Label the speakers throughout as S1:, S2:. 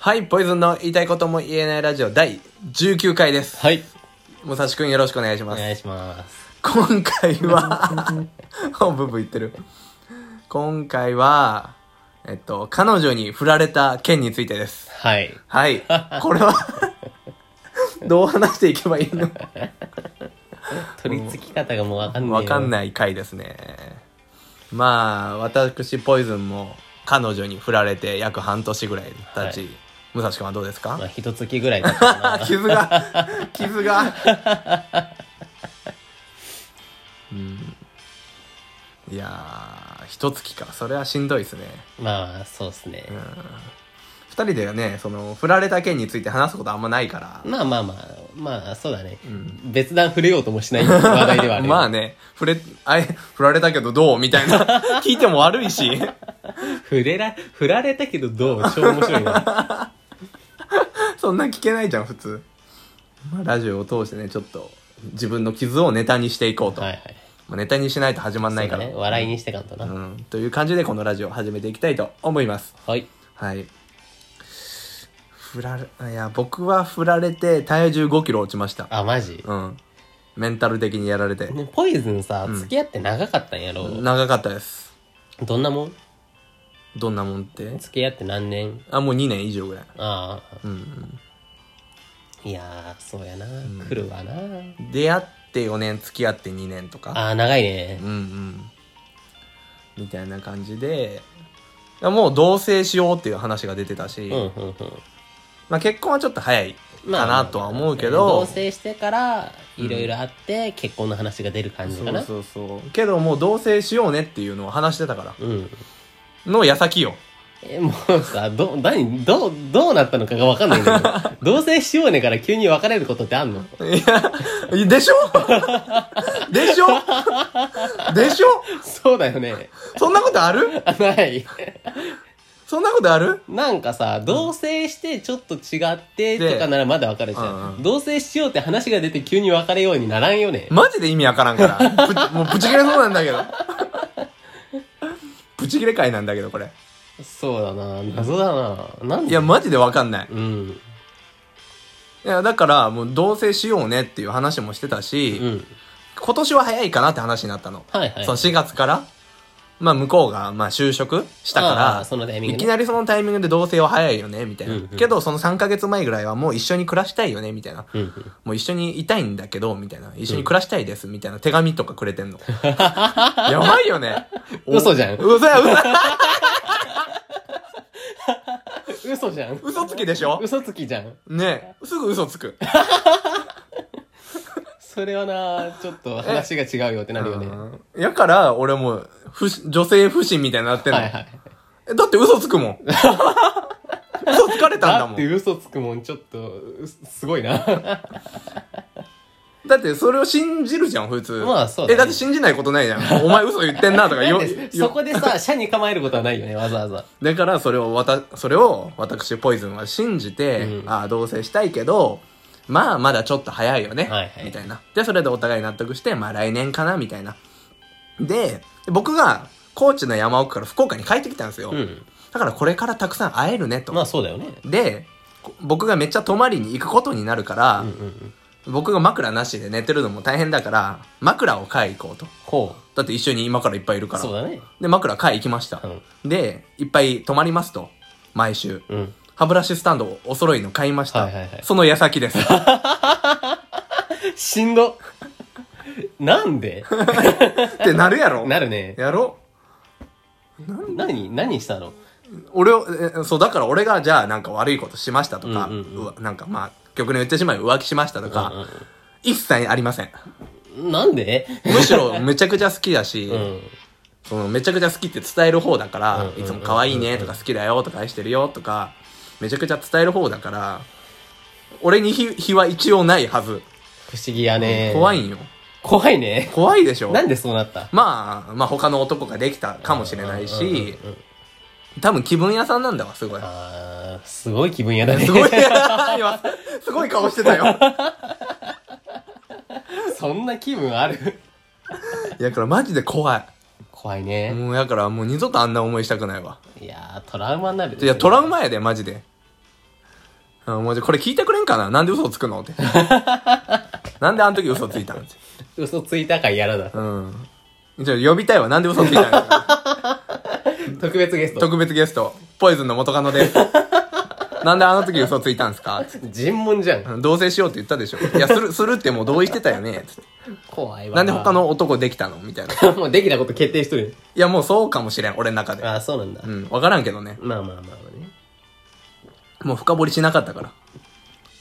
S1: はい、ポイズンの言いたいことも言えないラジオ第19回です。
S2: はい。
S1: 武蔵くんよろしくお願いし
S2: お
S1: ます。
S2: 願いします。
S1: 今回は、 おブーブー言ってる。今回は、えっと、彼女に振られた件についてです。
S2: はい。
S1: はい。これ は、どう話していけばいいの
S2: 取り付き方がもうわかんない。
S1: わかん
S2: い。
S1: ない回ですね。まあ、私、ポイズンも彼女に振られて約半年ぐらい経ち、
S2: はい
S1: 武蔵くんはどうですか
S2: まあ、一月ぐらいだったか
S1: あ
S2: な。
S1: 傷が傷がうんいやー一月かそれはしんどいですね
S2: まあ、そうですね。
S1: 二人でねその振られた件について話すことあんまないから
S2: まあまあまあ、まあ、そうだね。別段触れようともしない話題で はある。
S1: まあね触れあれ振られたけどどうみたい な聞いても悪いし
S2: 触れら、振られたけどどう超面白 いな。
S1: そんな聞けないじゃん普通、まあ、ラジオを通してねちょっと自分の傷をネタにしていこうと、
S2: はいはい。
S1: まあネタにしないと始まんない
S2: そ
S1: か
S2: うだ
S1: ら
S2: ね。笑いにしてかんとな。
S1: うん、という感じでこのラジオを始めていきたいと思います。
S2: はい。
S1: はい。振られ、いや、僕は振られて体重5キロ落ちました。
S2: あ、マジ
S1: うん。メンタル的にやられて。
S2: ねポイズンさ、付き合って長かったんやろ。
S1: 長かったです。
S2: どんなもん
S1: どんなもんって
S2: 付き合って何年
S1: あ、もう2年以上ぐらい。
S2: ああ。いやー、そうやな。来るわな。
S1: 出会って4年、付き合って2年とか。
S2: ああ、長いね
S1: うん。うん。みたいな感じで、いやもう同棲しようっていう話が出てたし、
S2: うん、うん、うん。
S1: まあ結婚はちょっと早いかなとは思うけど、
S2: 同棲してからいろいろあって、結婚の話が出る感じ
S1: そ
S2: かな
S1: うそうそうけどもう同棲しようねっていうのを話してたか
S2: うん
S1: らの矢先よ
S2: えもうさど何どうどうなったのかが分かんないんだけ ど同棲しようねから急に別れることってあんの
S1: いやでしょ でしょでしょ
S2: そうだよね
S1: そんなことある
S2: あない
S1: そんなことある
S2: なんかさ同棲してちょっと違って
S1: で
S2: とかならまだ分かるじゃ
S1: うん
S2: ん、
S1: うん
S2: 同棲しようって話が出て急に別れようにならんよね
S1: マジで意味わからんからぶもうブチ切れそうなんだけどブチ切れ会なんだけどこれ
S2: そうだな謎だななん
S1: い
S2: で
S1: やマジでわかんない
S2: うん
S1: いやだからもう同棲しようねっていう話もしてたし、
S2: うん
S1: 今年は早いかなって話になったの
S2: はいはい
S1: そう4月から、まあ、向こうがまあ就職した
S2: あ
S1: か
S2: あそのタイ
S1: ら、
S2: ミング
S1: い
S2: ね
S1: きなりそのタイミングで同棲は早いよねみたいな、
S2: うんうん
S1: けどその3ヶ月前ぐらいはもう一緒に暮らしたいよねみたいな、
S2: うんうん
S1: もう一緒にいたいんだけどみたいな一緒に暮らしたいですみたいな手紙とかくれてんの やばいよねお
S2: 嘘じゃん
S1: 嘘や
S2: 嘘じゃん
S1: 嘘嘘つきでしょ
S2: 嘘つきじゃん
S1: ねえすぐ嘘つく
S2: それはなちょっと話が違うよってなるよね。は
S1: うんやから俺もう不女性不信みたいになって
S2: い
S1: んの、
S2: はい。
S1: えだって嘘つく もん嘘つかれたんだ
S2: だ
S1: も
S2: っ
S1: ん
S2: て嘘つくもんちょっと、うすごいな。
S1: だってそれを信じるじゃん、普通。
S2: まあそうだね
S1: え、だって信じないことないじゃ ん。お前嘘言ってんなとか
S2: なん
S1: よ
S2: でそ
S1: よ。
S2: こで さ、社に構えることはないよね、わざわざ。
S1: だからそれをわた、それを私、ポイズンは信じて、
S2: うん
S1: ああ、同棲したいけど、まあまだちょっと早いよね。
S2: はいはい
S1: みたいな。で、それでお互い納得して、まあ来年かな、みたいな。で、僕が高知の山奥から福岡に帰ってきたんですよ。
S2: うん。
S1: だからこれからたくさん会えるね、と。
S2: まあそうだよね。
S1: で、こ僕がめっちゃ泊まりに行くことになるから、
S2: うんうんうん。
S1: 僕が枕なしで寝てるのも大変だから、枕を買い行こうと。
S2: ほ
S1: だって一緒に今からいっぱいいる
S2: う。
S1: か
S2: そう
S1: ら。
S2: だね。
S1: で、枕買い行きました。で、いっぱい泊まりますと。毎週。
S2: うん。うん。
S1: 歯ブラシスタンドをお揃いの買いました。
S2: はいはいはい
S1: その矢先 です。
S2: しんど。なんで
S1: ってなるやろ
S2: なるね。
S1: やろ
S2: 何何したの
S1: 俺を、えそう、だから俺がじゃあなんか悪いことしましたとか、
S2: うんうんうん
S1: うわなんかまあ、極に言ってしまえば浮気しましたとか、
S2: う
S1: 一切ありません。
S2: んうんなんで
S1: むしろめちゃくちゃ好きだし、
S2: うん。
S1: そのめちゃくちゃ好きって伝える方だから、
S2: うんうんうんう
S1: い
S2: ん
S1: つも可愛いねとか好きだよとか愛してるよとか、めちゃくちゃ伝える方だから、俺に非非は一応ないはず。
S2: 不思議やね。
S1: 怖
S2: い。
S1: いんよ。
S2: 怖いね。
S1: 怖いでしょ
S2: なんでそうなった
S1: まあ、まあ他の男ができたかもしれないし
S2: うんうんうんうん、
S1: 多分気分屋さんなんだわ、すごい。
S2: あー、すごい気分やだね
S1: す。ごい、 今すごい顔してたよ。
S2: そんな気分ある
S1: いや、だからマジで怖い。
S2: 怖いね。
S1: もう、だからもう二度とあんな思いしたくないわ。
S2: いやー、トラウマになる。
S1: いや、トラウマやで、マジで。うん、もうじゃあこれ聞いてくれんかななんで嘘をつくのって。なんであの時嘘ついたのって。
S2: 嘘ついたかやらだ。
S1: うん。じゃあ呼びたいわ。なんで嘘ついたの
S2: 特別ゲスト。
S1: 特別ゲスト、ポイズンの元カノです。なんであの時嘘ついたんですか
S2: 尋問じゃん。
S1: うん同棲しようって言ったでしょ。いや、する、するってもう同意してたよね。つって
S2: 怖いわ。
S1: なんで他の男できたのみたいな。い
S2: もうできたこと決定しとる
S1: や、もうそうかもしれん。俺の中で
S2: や。ん。あ、そうなんだ
S1: う。ん、わからんけどね。
S2: まあまあまあまあね。
S1: もう深掘りしなかったか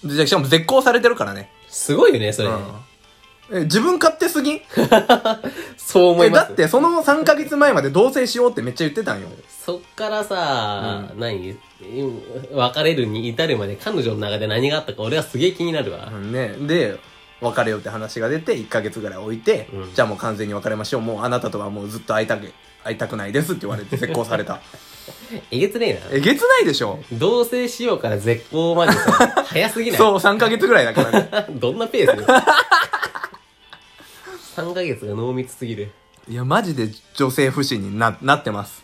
S1: ら。でしかも絶好されてるからね。
S2: すごいよね、それ。
S1: え自分勝手すぎん
S2: そう思い
S1: え
S2: ま
S1: だ
S2: す。
S1: ってその3ヶ月前まで同棲しようってめっちゃ言ってたんよ。
S2: そっからさ、何別れるに至るまで彼女の中で何があったか俺はすげえ気になるわ。
S1: うんね、で、別れようって話が出て1ヶ月ぐらい置いて、
S2: うん
S1: じゃあもう完全に別れましょう。もうあなたとはもうずっと会いたく、会いたくないですって言われて絶好され た。
S2: えげつね
S1: え
S2: え
S1: げつないでしょ
S2: な。同棲しようから絶好まで さ、早すぎない
S1: そう、3ヶ月ぐらいだからね。
S2: どんなペースで ?3 ヶ月が濃密すぎる。
S1: いや、マジで女性不信にななってます。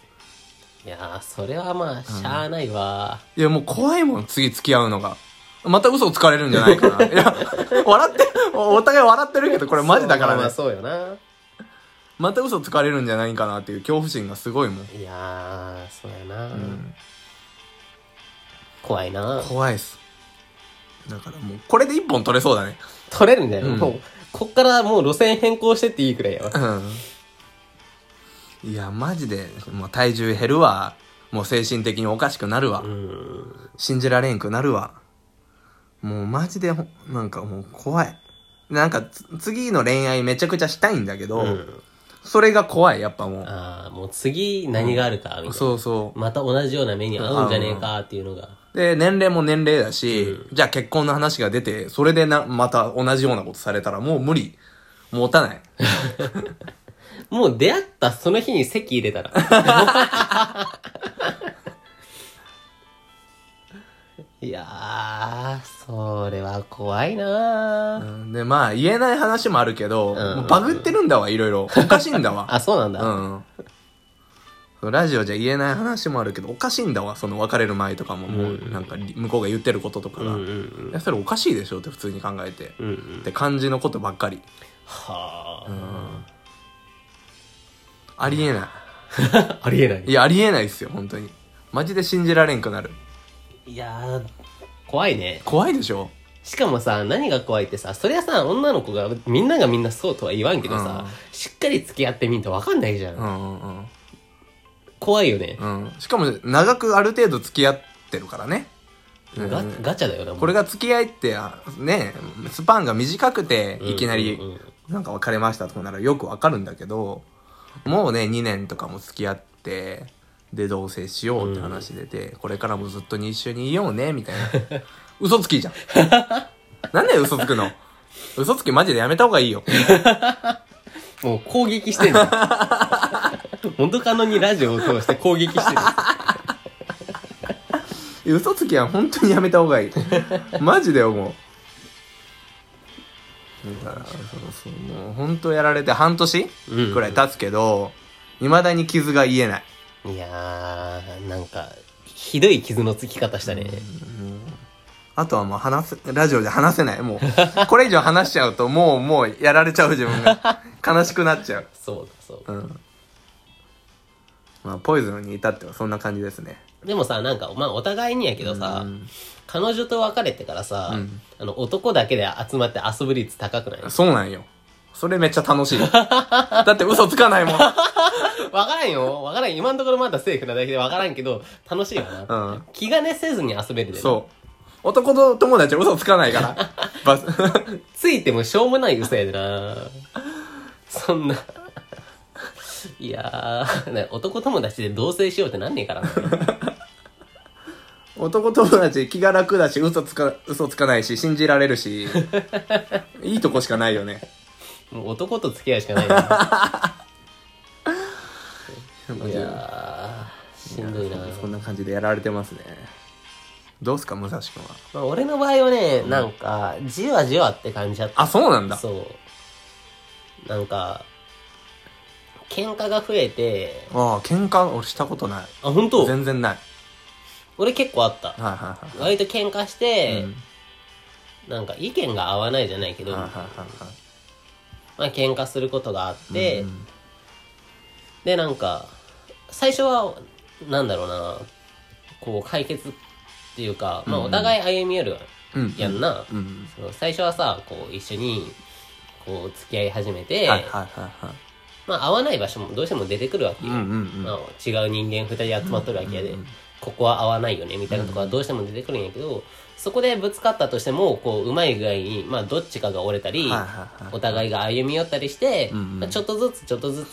S2: いやー、それはまあ、しゃあないわ。
S1: いや、もう怖いもん、次付き合うのが。また嘘をつかれるんじゃない かな。いや、笑って、おお互い笑ってるけど、これマジだから
S2: まあま
S1: ね
S2: あ。そうよな。
S1: また嘘つかれるんじゃないかなっていう恐怖心がすごいもん。
S2: いやー、そうやな。怖いな。
S1: 怖いっす。だからもう、これで一本取れそうだね。
S2: 取れるんだよ。
S1: うん
S2: もう、こっからもう路線変更してっていいくらいやわ。
S1: うん。いや、マジで、もう体重減るわ。もう精神的におかしくなるわ
S2: う。ん。
S1: 信じられんくなるわ。もうマジでほ、なんかもう怖い。なんかつ、次の恋愛めちゃくちゃしたいんだけど、
S2: うん
S1: それが怖い、やっぱも
S2: ああ、もう次何があるか、みたいな。
S1: う。そうそう。
S2: また同じような目に遭うんじゃねえかっていうのが。
S1: で、年齢も年齢だし、じゃあ結婚の話が出て、それでな、また同じようなことされたらもう無理。持たない。
S2: もう出会ったその日に席入れたら。 いやー、それは怖いな
S1: う
S2: ー、
S1: んで、まあ言えない話もあるけど、
S2: ん
S1: もうバグってるんだわ、いろいろ。おかしいんだわ。
S2: あ、そうなんだ。
S1: うん。そうラジオじゃ言えない話もあるけど、おかしいんだわ、その別れる前とかも、もうなんかり向こうが言ってることとか
S2: うん
S1: が。
S2: うん
S1: い
S2: うん。
S1: や、それおかしいでしょって普通に考えて。
S2: うんうん
S1: っ、て感じのことばっかり。
S2: はあ、
S1: ありえな
S2: ありえない
S1: い。い。や、ありえないっすよ、本当に。マジで信じられんくなる。
S2: いやー、怖いね。
S1: 怖いでしょ
S2: しかもさ、何が怖いってさ、そりゃさ、女の子が、みんながみんなそうとは言わんけどさ、しっかり付き合ってみんとわかんないじゃん。
S1: うんうんうん。
S2: 怖いよね。
S1: うん、しかも長くある程度付き合ってるからねうん
S2: ガガチャだよな、もう
S1: これが付き合いってあねスパンが短くて
S2: うん
S1: いきなり
S2: うんうん
S1: なんか別れましたとかならよくわかるんだけどもうね2年とかも付き合ってで同棲しようって話出て、これからもずっとに一緒にいようねみたいな嘘つきじゃんなんで嘘つくの嘘つきマジでやめた方がいいよ
S2: もう攻撃してん の。元カノにラジオを通して攻撃してる。
S1: 嘘つきは本当にやめた方 がいいマジで思うだからそうそうもう本当やられて半年
S2: うん
S1: くらい経つけどいま、未だに傷が癒えない
S2: いやー、なんか、ひどい傷のつき方したね。
S1: あとはもう話せラジオで話せないもう これ以上話しちゃうともうもうやられちゃう自分が悲しくなっちゃう
S2: そうだ、そうう。
S1: んまあポイズンに至ってはそんな感じですね
S2: でもさ、なんか、まあ、お互いにやけどさ、彼女と別れてからさ、
S1: うん
S2: あの、男だけで集まって遊ぶ率高くないわ
S1: そうなんよそれめっちゃ楽し いだって嘘つかないもん
S2: からんよ。 わからん。今のところまだセーフなだけでわからんけど、楽しいわな。
S1: うん
S2: 気兼ねせずに遊べるで。う。
S1: そう。男の友達は嘘つかない から。バス
S2: ついてもしょうもない嘘やでな。 そんな。いやー、ね男友達で同棲しようってなんねえから な。
S1: 男友達気が楽だし、嘘つか、嘘つかないし、信じられる し、いいとこしかないよね。
S2: もう男と付き合うしかないな。 いやー、しんどいな。
S1: そんな感じでやられてますね。どうすか、武蔵君は。
S2: まあ、俺の場合はね、なんか、じわじわって感じだった。
S1: あ、そうなんだ。
S2: そう。なんか、喧嘩が増えて、
S1: ああ、喧嘩、俺したことない。
S2: あ、本当
S1: 全然ない。
S2: 俺結構あった
S1: はいはいはい
S2: 割と喧嘩して、
S1: うん
S2: なんか意見が合わないじゃないけど、
S1: はいはい
S2: ま
S1: はいはい
S2: あ喧嘩することがあって、
S1: うん
S2: でなんか最初はなんだろうなこう解決っていうか、まあ、
S1: うん
S2: お互い歩み寄る
S1: うん
S2: やんな、
S1: うん
S2: その最初はさこう一緒にこう付き合い始めて、
S1: はいはいはいはい
S2: まあ合わない場所もどうしても出てくるわけ
S1: うん
S2: よ、
S1: うんうん
S2: まあ、違う人間2人集まっとるわけやで、
S1: うんうんうん
S2: ここは合わないよねみたいなとこはどうしても出てくるんやけどそこでぶつかったとしてもこううまい具合に、まあ、どっちかが折れた
S1: は
S2: り、
S1: いはいはい
S2: お互いが歩み寄ったりして、
S1: うんうん
S2: まあ、ちょっとずつちょっとず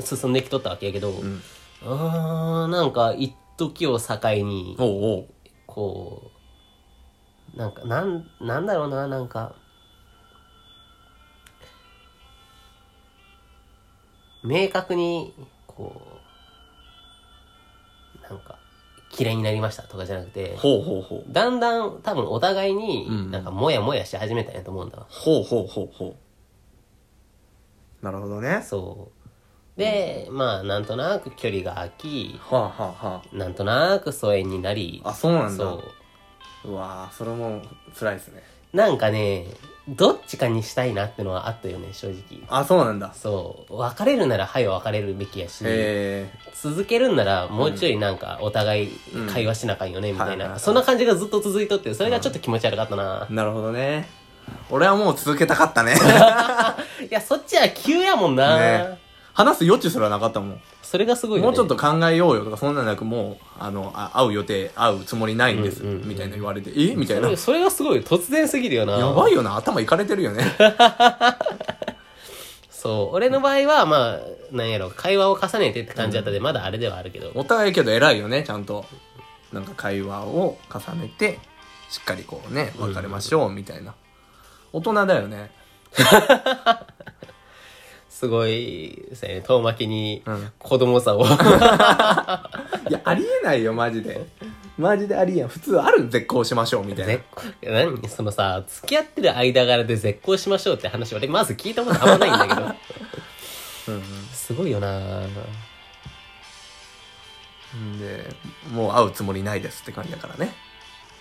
S2: つ進んできとったわけやけど、
S1: ん
S2: あーなんか一時を境に
S1: おうおう
S2: こうなんかなんなんだろうななんか明確にこうなんか嫌いになりましたとかじゃなくて
S1: ほうほうほう
S2: だんだん多分お互い
S1: うん
S2: になんかモヤモヤし始めたんやと思うんだわ、
S1: ほうほうほうほうなるほどね
S2: そうでまあなんとなく距離が空き
S1: はあはあは
S2: なんとなく疎遠になり
S1: ああそうなんだ
S2: そう
S1: うわーそれも辛いですね
S2: うなんかねどっちかにしたいなってのはあったよね正直
S1: あそうなんだ
S2: そう別れるならはい別れるべきやし
S1: へ
S2: 続けるんならもうちょいなんかお互い会話しなあかんよねみたい
S1: はいはい
S2: な、
S1: はい
S2: そんな感じがずっと続いとってそれがちょっと気持ち悪かったな
S1: え、なるほどね俺はもう続けたかった ね
S2: いやそっちは急やもんな、
S1: ね話す余地すらなかったもん
S2: それがすごいよ、ね、
S1: もうちょっと考えようよとかそんなんなくもうあのあ会う予定会うつもりないんです、
S2: うんうんうん
S1: みたいな言われてえみたい
S2: そ
S1: な
S2: れそれがすごい突然すぎるよな
S1: やばいよな頭いかれてるよね
S2: そう俺の場合はまあなんやろ会話を重ねてって感じだったで、まだあれではあるけど
S1: お互いけど偉いよねちゃんとなんか会話を重ねてしっかりこうね別れましょうみたいな、大人だよね
S2: すごいそうやね遠巻きに
S1: うん
S2: 子供さを
S1: いやありえないよマジでマジでありえん普通ある絶交しましょうみたいな
S2: 絶好何そのさ付き合ってる間柄で絶交しましょうって話俺まず聞いたことあんまないんだけど
S1: うん
S2: すごいよな
S1: うんでもう会うつもりないですって感じだからね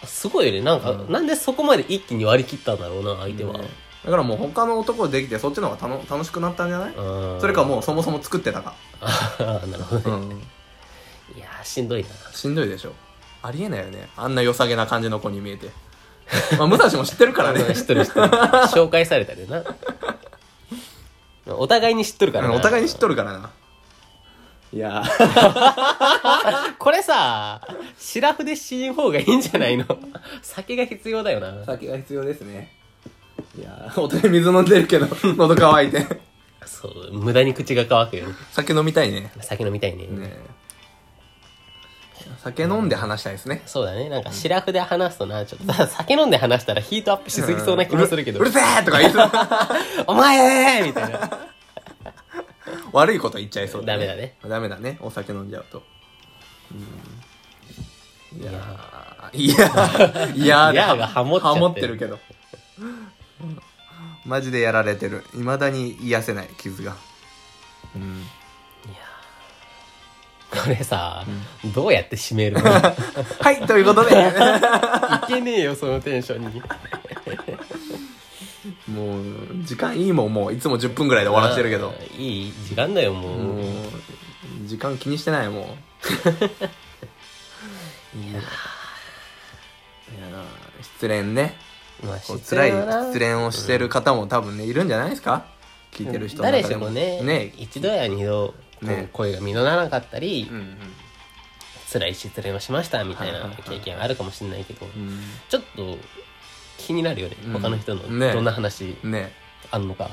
S2: すごいよねなんか、なんでそこまで一気に割り切ったんだろうな相手は、
S1: ねだからもう他の男できてそっちの方が楽楽しくなったんじゃない
S2: うん
S1: それかもうそもそも作ってたか
S2: あーなるほど
S1: ら、
S2: ね
S1: うん、
S2: いやーしんどいな
S1: しんどいでしょありえないよねあんな良さげな感じの子に見えてまあ武蔵も知ってるからね
S2: 知っとる知っとる紹介されたでなお互いに知っとるからな
S1: お互いに知っとるからないや
S2: これさ、シラフで死ぬ方がいいんじゃないの酒が必要だよな。
S1: 酒が必要ですねいやーお互い水飲んでる けど喉乾いて
S2: そう、無駄に口が乾くよね。
S1: 酒飲みたいね
S2: 酒飲みたいね。
S1: ね酒飲んで話したいですね
S2: そうだね。なんか、シラフで話すとな、ちょっと、ただ酒飲んで話したらヒートアップしすぎそうな気もするけど、
S1: うるせえとか言いそう
S2: お前みたい な。
S1: 悪いこと言っちゃいそう
S2: ダメだね
S1: ダメだねお酒飲んじゃうと
S2: いや
S1: あいやいや
S2: いやがハモっちゃってる
S1: ってるけどうんマジでやられてるいまだに癒せない傷がうん
S2: これさ、どうやって締 めるの
S1: はいという ことで
S2: いけねえよ、そのテンションに。
S1: もう時間いいもんもういつも10分ぐらいで終わらせてるけど
S2: あー。いい時間だよ、もう。
S1: もう時間気にしてないもういやいや失恋ね
S2: まあ、
S1: こう
S2: 失
S1: 辛い
S2: 礼だな
S1: 失恋をしてる方も多分ねいるんじゃないですか聞いてる人の中
S2: 誰しもね
S1: ね
S2: 一度や二度こう
S1: ね
S2: 声が実らなかったり、
S1: うんうん
S2: 辛い失恋をしましたみたい
S1: はい
S2: な
S1: はいはい
S2: 経験あるかもしれないけど、
S1: う
S2: ちょっと気になるよね、
S1: うん
S2: 他の人の
S1: ね
S2: どんな話
S1: んね
S2: あんのか、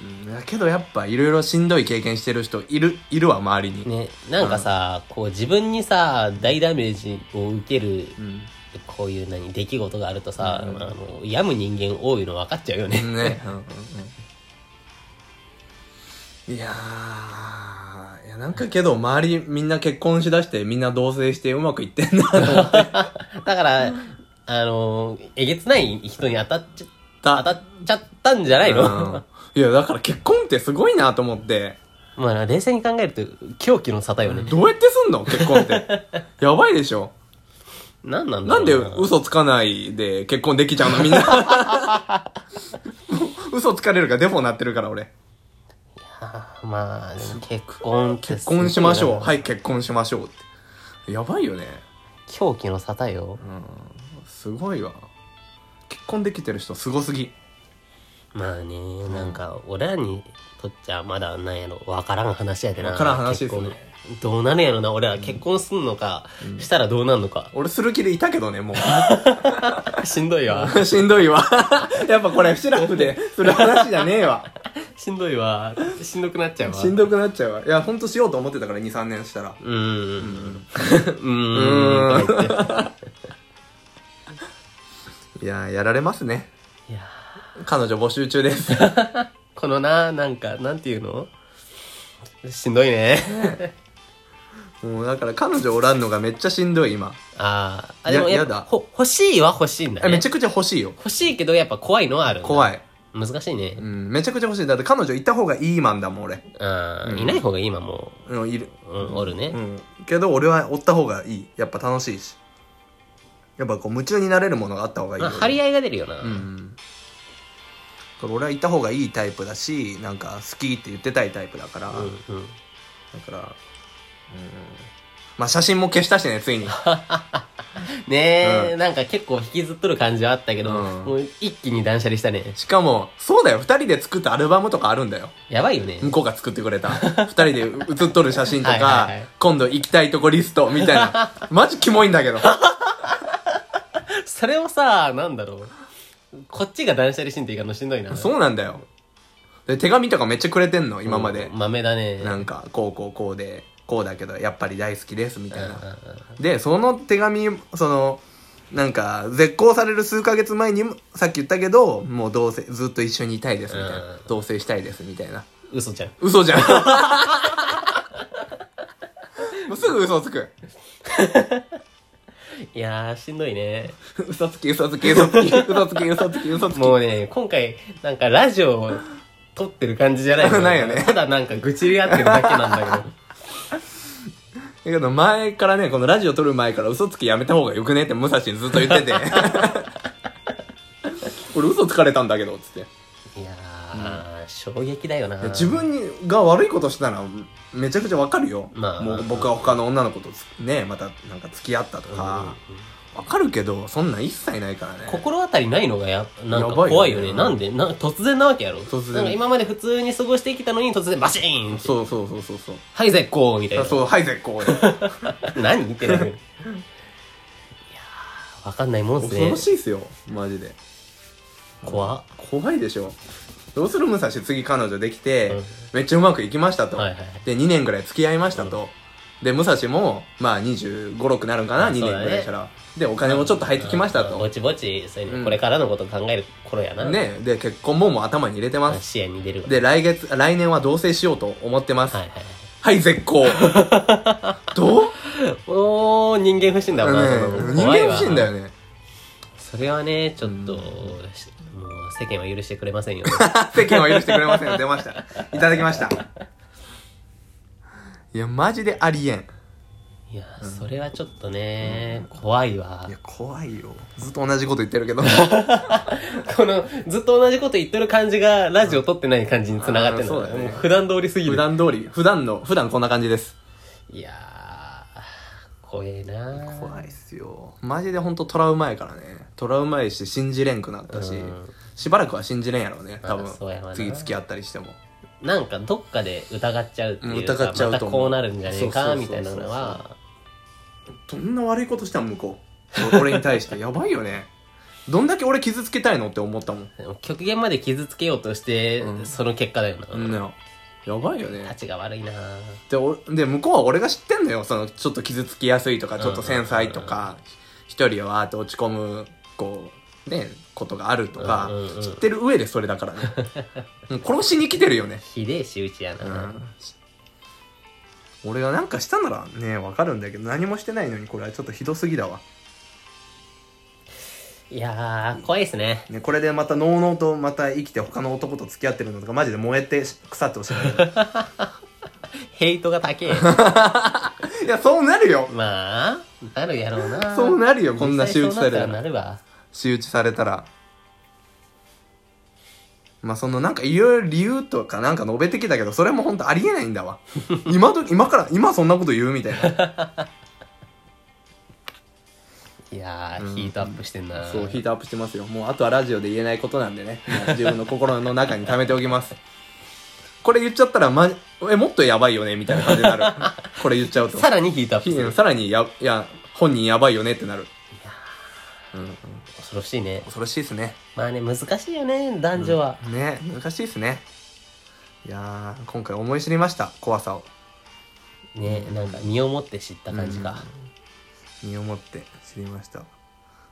S1: うんだけどやっぱいろいろしんどい経験してる人いるいるわ周りに、
S2: ねなんかさ、こう自分にさ大ダメージを受ける、
S1: うん
S2: こういう何出来事があるとさ、
S1: うん
S2: あの病む人間多いの分かっちゃうよね、
S1: ね、うんうんうん、いやーいやなんかけど周りみんな結婚しだしてみんな同棲してうまくいってんなと思っ
S2: だからあのえげつない人に当たっちゃ当た
S1: た
S2: っちゃったんじゃない
S1: う
S2: の、
S1: んいやだから結婚ってすごいなと思って
S2: まあな冷静に考えると狂気の沙汰よね
S1: どうやってすんの結婚 って。やばいでしょ。
S2: なんなんだ
S1: なんで
S2: ろう
S1: 嘘つかないで結婚できちゃうのみんな。 嘘つかれるがデフォになってるから俺。
S2: あまあでも結婚って
S1: 結婚しましょう。はいい、結婚しましょうって。やばいよね。
S2: 狂気の沙汰よ
S1: すごいわ。結婚できてる人すごすぎ。
S2: まあねなんか俺らにとっちゃまだなんやろ分からん話やでな
S1: わからん話ですね
S2: 結婚どうなるんやろな俺ら結婚すんのか、したらどうなんのか
S1: 俺する気でいたけどね、もう。
S2: しんどいわ
S1: しんどいわ。 やっぱこれ、シラフ で、する話じゃねえ わ。
S2: しんどいわしんどくなっちゃうわ
S1: しんどくなっちゃうわ。いや、ほんとしようと思ってたから、2、3年したら。
S2: うーんう
S1: う
S2: ーんとか言って
S1: いやー、やられますね。
S2: いや
S1: 彼女募集中です。
S2: このななんかなんていうのしんど いね
S1: もうだから彼女おらんのがめっちゃしんどい、今。
S2: あーあでも
S1: や
S2: やっぱ
S1: やだ
S2: ほ欲しいは欲しいんだ
S1: え
S2: ね
S1: めちゃくちゃ欲しいよ。
S2: 欲しいけどやっぱ怖いのはあるんだ
S1: 怖い。
S2: 難しいね
S1: うん、めちゃくちゃ欲しい。だって彼女いた方がいいマンだもん、俺。
S2: うんいない方がいい今も
S1: うん、いる。
S2: う、うん、おるね、
S1: うん。けど俺はおった方がいい。やっぱ楽しいし。やっぱこう、夢中になれるものがあった方がいい
S2: まあ、
S1: よ。
S2: 張り合いが出るよな、
S1: うん。だから俺はいた方がいいタイプだし、なんか好きって言ってたいタイプだから。
S2: うんうん
S1: だから、うん。まあ写真も消したしね、 ついに。
S2: ねえ、
S1: う
S2: なんか結構引きずっとる感じはあったけど、
S1: うん
S2: もう一気に断捨離したね
S1: しかも、そうだよ、二人で作ったアルバムとかあるんだよ。
S2: やばいよね
S1: 向こうが作ってくれた。二人で写っとる写真とか、
S2: はいはいはい
S1: 今度行きたいとこリストみたい な。マジキモいんだけど。
S2: それをさなんだろうこっちが断捨離しんといかんのしんどいな
S1: そうなんだよ。で、手紙とかめっちゃくれてんの、今まで
S2: うん。豆だね
S1: なんか、こうこうこうで、こうだけど、やっぱり大好きです、みたい
S2: うんうん
S1: な。で、その手紙、その、なんか、絶好される数ヶ月前にも、さっき言ったけど、もうどうせ、ずっと一緒にいたいです、みたい
S2: うん
S1: な。同棲したいです、みたいな。
S2: うん嘘じゃん
S1: 嘘 じゃん。もうすぐ嘘つく。
S2: いやーしんどいね
S1: 嘘つき嘘つき嘘つき嘘つき嘘つき嘘つき
S2: もうね今回なんかラジオを撮ってる感じじゃない の
S1: ないよね
S2: ただなんか愚痴り合ってるだけなんだけど
S1: だけど前からねこのラジオ撮る前から嘘つきやめた方がよくねって武蔵にずっと言ってて 俺嘘つかれたんだけどっつって
S2: いやー、衝撃だよな
S1: 自分にが悪いことしたらめちゃくちゃわかるよ、
S2: まあ
S1: もう僕は他の女の子とつねまたなんか付き合ったとかわ、かるけどそんなん一切ないからね
S2: 心当たりないのがやなんか
S1: やばいよね
S2: 怖いよねなんでなん突然なわけやろ
S1: 突然
S2: なんか今まで普通に過ごしてきたのに突然バシーン
S1: そうそうそうそうそう
S2: はい絶好みたいな
S1: そうはい絶好
S2: 何言っ てるいやーわかんないもんっす
S1: 恐
S2: ね
S1: ろしいっすよマジで
S2: 怖っ
S1: 怖いでしょどうする武蔵次彼女できて、
S2: うん
S1: めっちゃうまくいきましたと、
S2: はいはい
S1: で2年ぐらい付き合いましたと、で武蔵もまあ2 5 6なるんかな、
S2: うん
S1: 2年
S2: そうだね
S1: ぐらいしたらでお金もちょっと入ってきました
S2: うんぼ
S1: と、
S2: ちぼちそういうの
S1: うん
S2: これからのことを考える頃やな、
S1: ねで結婚ももう頭に入れて
S2: ま
S1: ま
S2: あ
S1: す、
S2: 視野に出るわ
S1: で来月来年は同棲しようと思ってます
S2: は
S1: はい
S2: い、はい
S1: 絶 好どう
S2: おー人間不信だ
S1: あ
S2: わ、
S1: のね人
S2: 怖い
S1: 間
S2: わ
S1: 不信だよね
S2: それはねちょっと、しもう世間は許してくれませ んよ
S1: 世間は許してくれませんよ出ましたいただきま したいやマジでありえん
S2: いやーそれはちょっとね、怖いわ
S1: いや怖いよずっと同じこと言ってるけど
S2: このずっと同じこと言ってる感じがラジオ撮ってない感じに繋がってるの、
S1: うんあーそうだね
S2: もう普段通りすぎ
S1: 普
S2: る
S1: 段通り普段の普段こんな感じです
S2: いやー怖えなー
S1: 怖いっすよマジでほんとトラウマやからねトラウマやし信じれんくなったし、
S2: うん
S1: しばらくは信じれんやろうね多分、
S2: まあそうやわな
S1: 次付き合ったりしても
S2: なんかどっかで疑っちゃうっていうか
S1: うん疑っちゃう
S2: ま
S1: と
S2: た
S1: 思う
S2: こうなるんじゃねえ
S1: そ
S2: か
S1: うそ
S2: み
S1: うそうそう
S2: たいなのは
S1: どんな悪いことしたん向こう俺に対してやばいよねどんだけ俺傷つけたいのって思ったもん
S2: でも極限まで傷つけようとして、
S1: うん
S2: その結果だよな、
S1: うんなやばいよ
S2: た
S1: ね
S2: ちが悪いなー
S1: でおで向こうは俺が知ってんのよそのちょっと傷つきやすいとかちょっと繊細とか一人はあーって落ち込むこうねことがあるとか、
S2: うんうんうん
S1: 知ってる上でそれだから ねもう殺しに来てるよね
S2: ひでえ仕打ちやな、
S1: うん、俺がなんかしたならねわかるんだけど何もしてないのにこれはちょっとひどすぎだわ、
S2: いやー怖いですね
S1: ね、これでまたのうのうとまた生きて他の男と付き合ってるのとかマジで燃えてし腐ってほしいんだけど
S2: ヘイトが高 え。
S1: いや、そうなるよ。
S2: まあ、なるやろうな。
S1: そうなるよこんな仕打ちされ
S2: 実際そう
S1: たら
S2: なったらなるわ。
S1: 仕打ちされたら。まあ、そのなんかいろいろ理由とかなんか述べてきたけど、それも本当ありえないん だわ。今ど、今から、今そんなこと言うみたいな。
S2: いやー、ヒートアップしてんな。
S1: そう、ヒートアップしてますよ。もうあとはラジオで言えないことなんでね。もう自分の心の中に溜めておきます。これ言っちゃったら、ま、え、もっとやばいよねみたいな感じにな る。これ言っちゃうと。
S2: さらにヒートアップする。
S1: さらにや、いや、本人やばいよねってなる。
S2: 恐ろしいね。
S1: 恐ろしいですね。
S2: まあね、難しいよね、男女は。
S1: ね難しいですねいやー今回思い知りました怖さを
S2: ね、なんか身をもって知った感じか。
S1: 身をもって知りました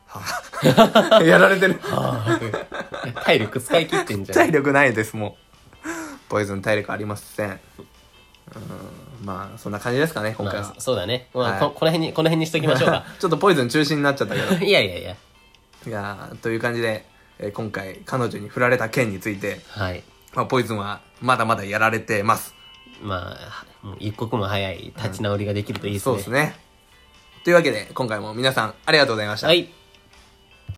S1: はあ やられ てる
S2: あー体力使い切ってんじゃ
S1: 体
S2: ん。
S1: 力ないですもうポイズン体力ありませんうんまあそんな感じですかね今回は、
S2: まあ、そうだね。まあ、
S1: はい
S2: ここの辺に、この辺にしときましょうか。
S1: ちょっとポイズン中心になっちゃったけど
S2: いやいやいや。
S1: いやーという感じで、えー今回彼女に振られた件について、
S2: はい。
S1: まあ、ポイズンはまだまだやられてます
S2: まあ、もう一刻も早い立ち直りができるといいですね。
S1: そうですねというわけで今回も皆さんありがとうございました
S2: はい。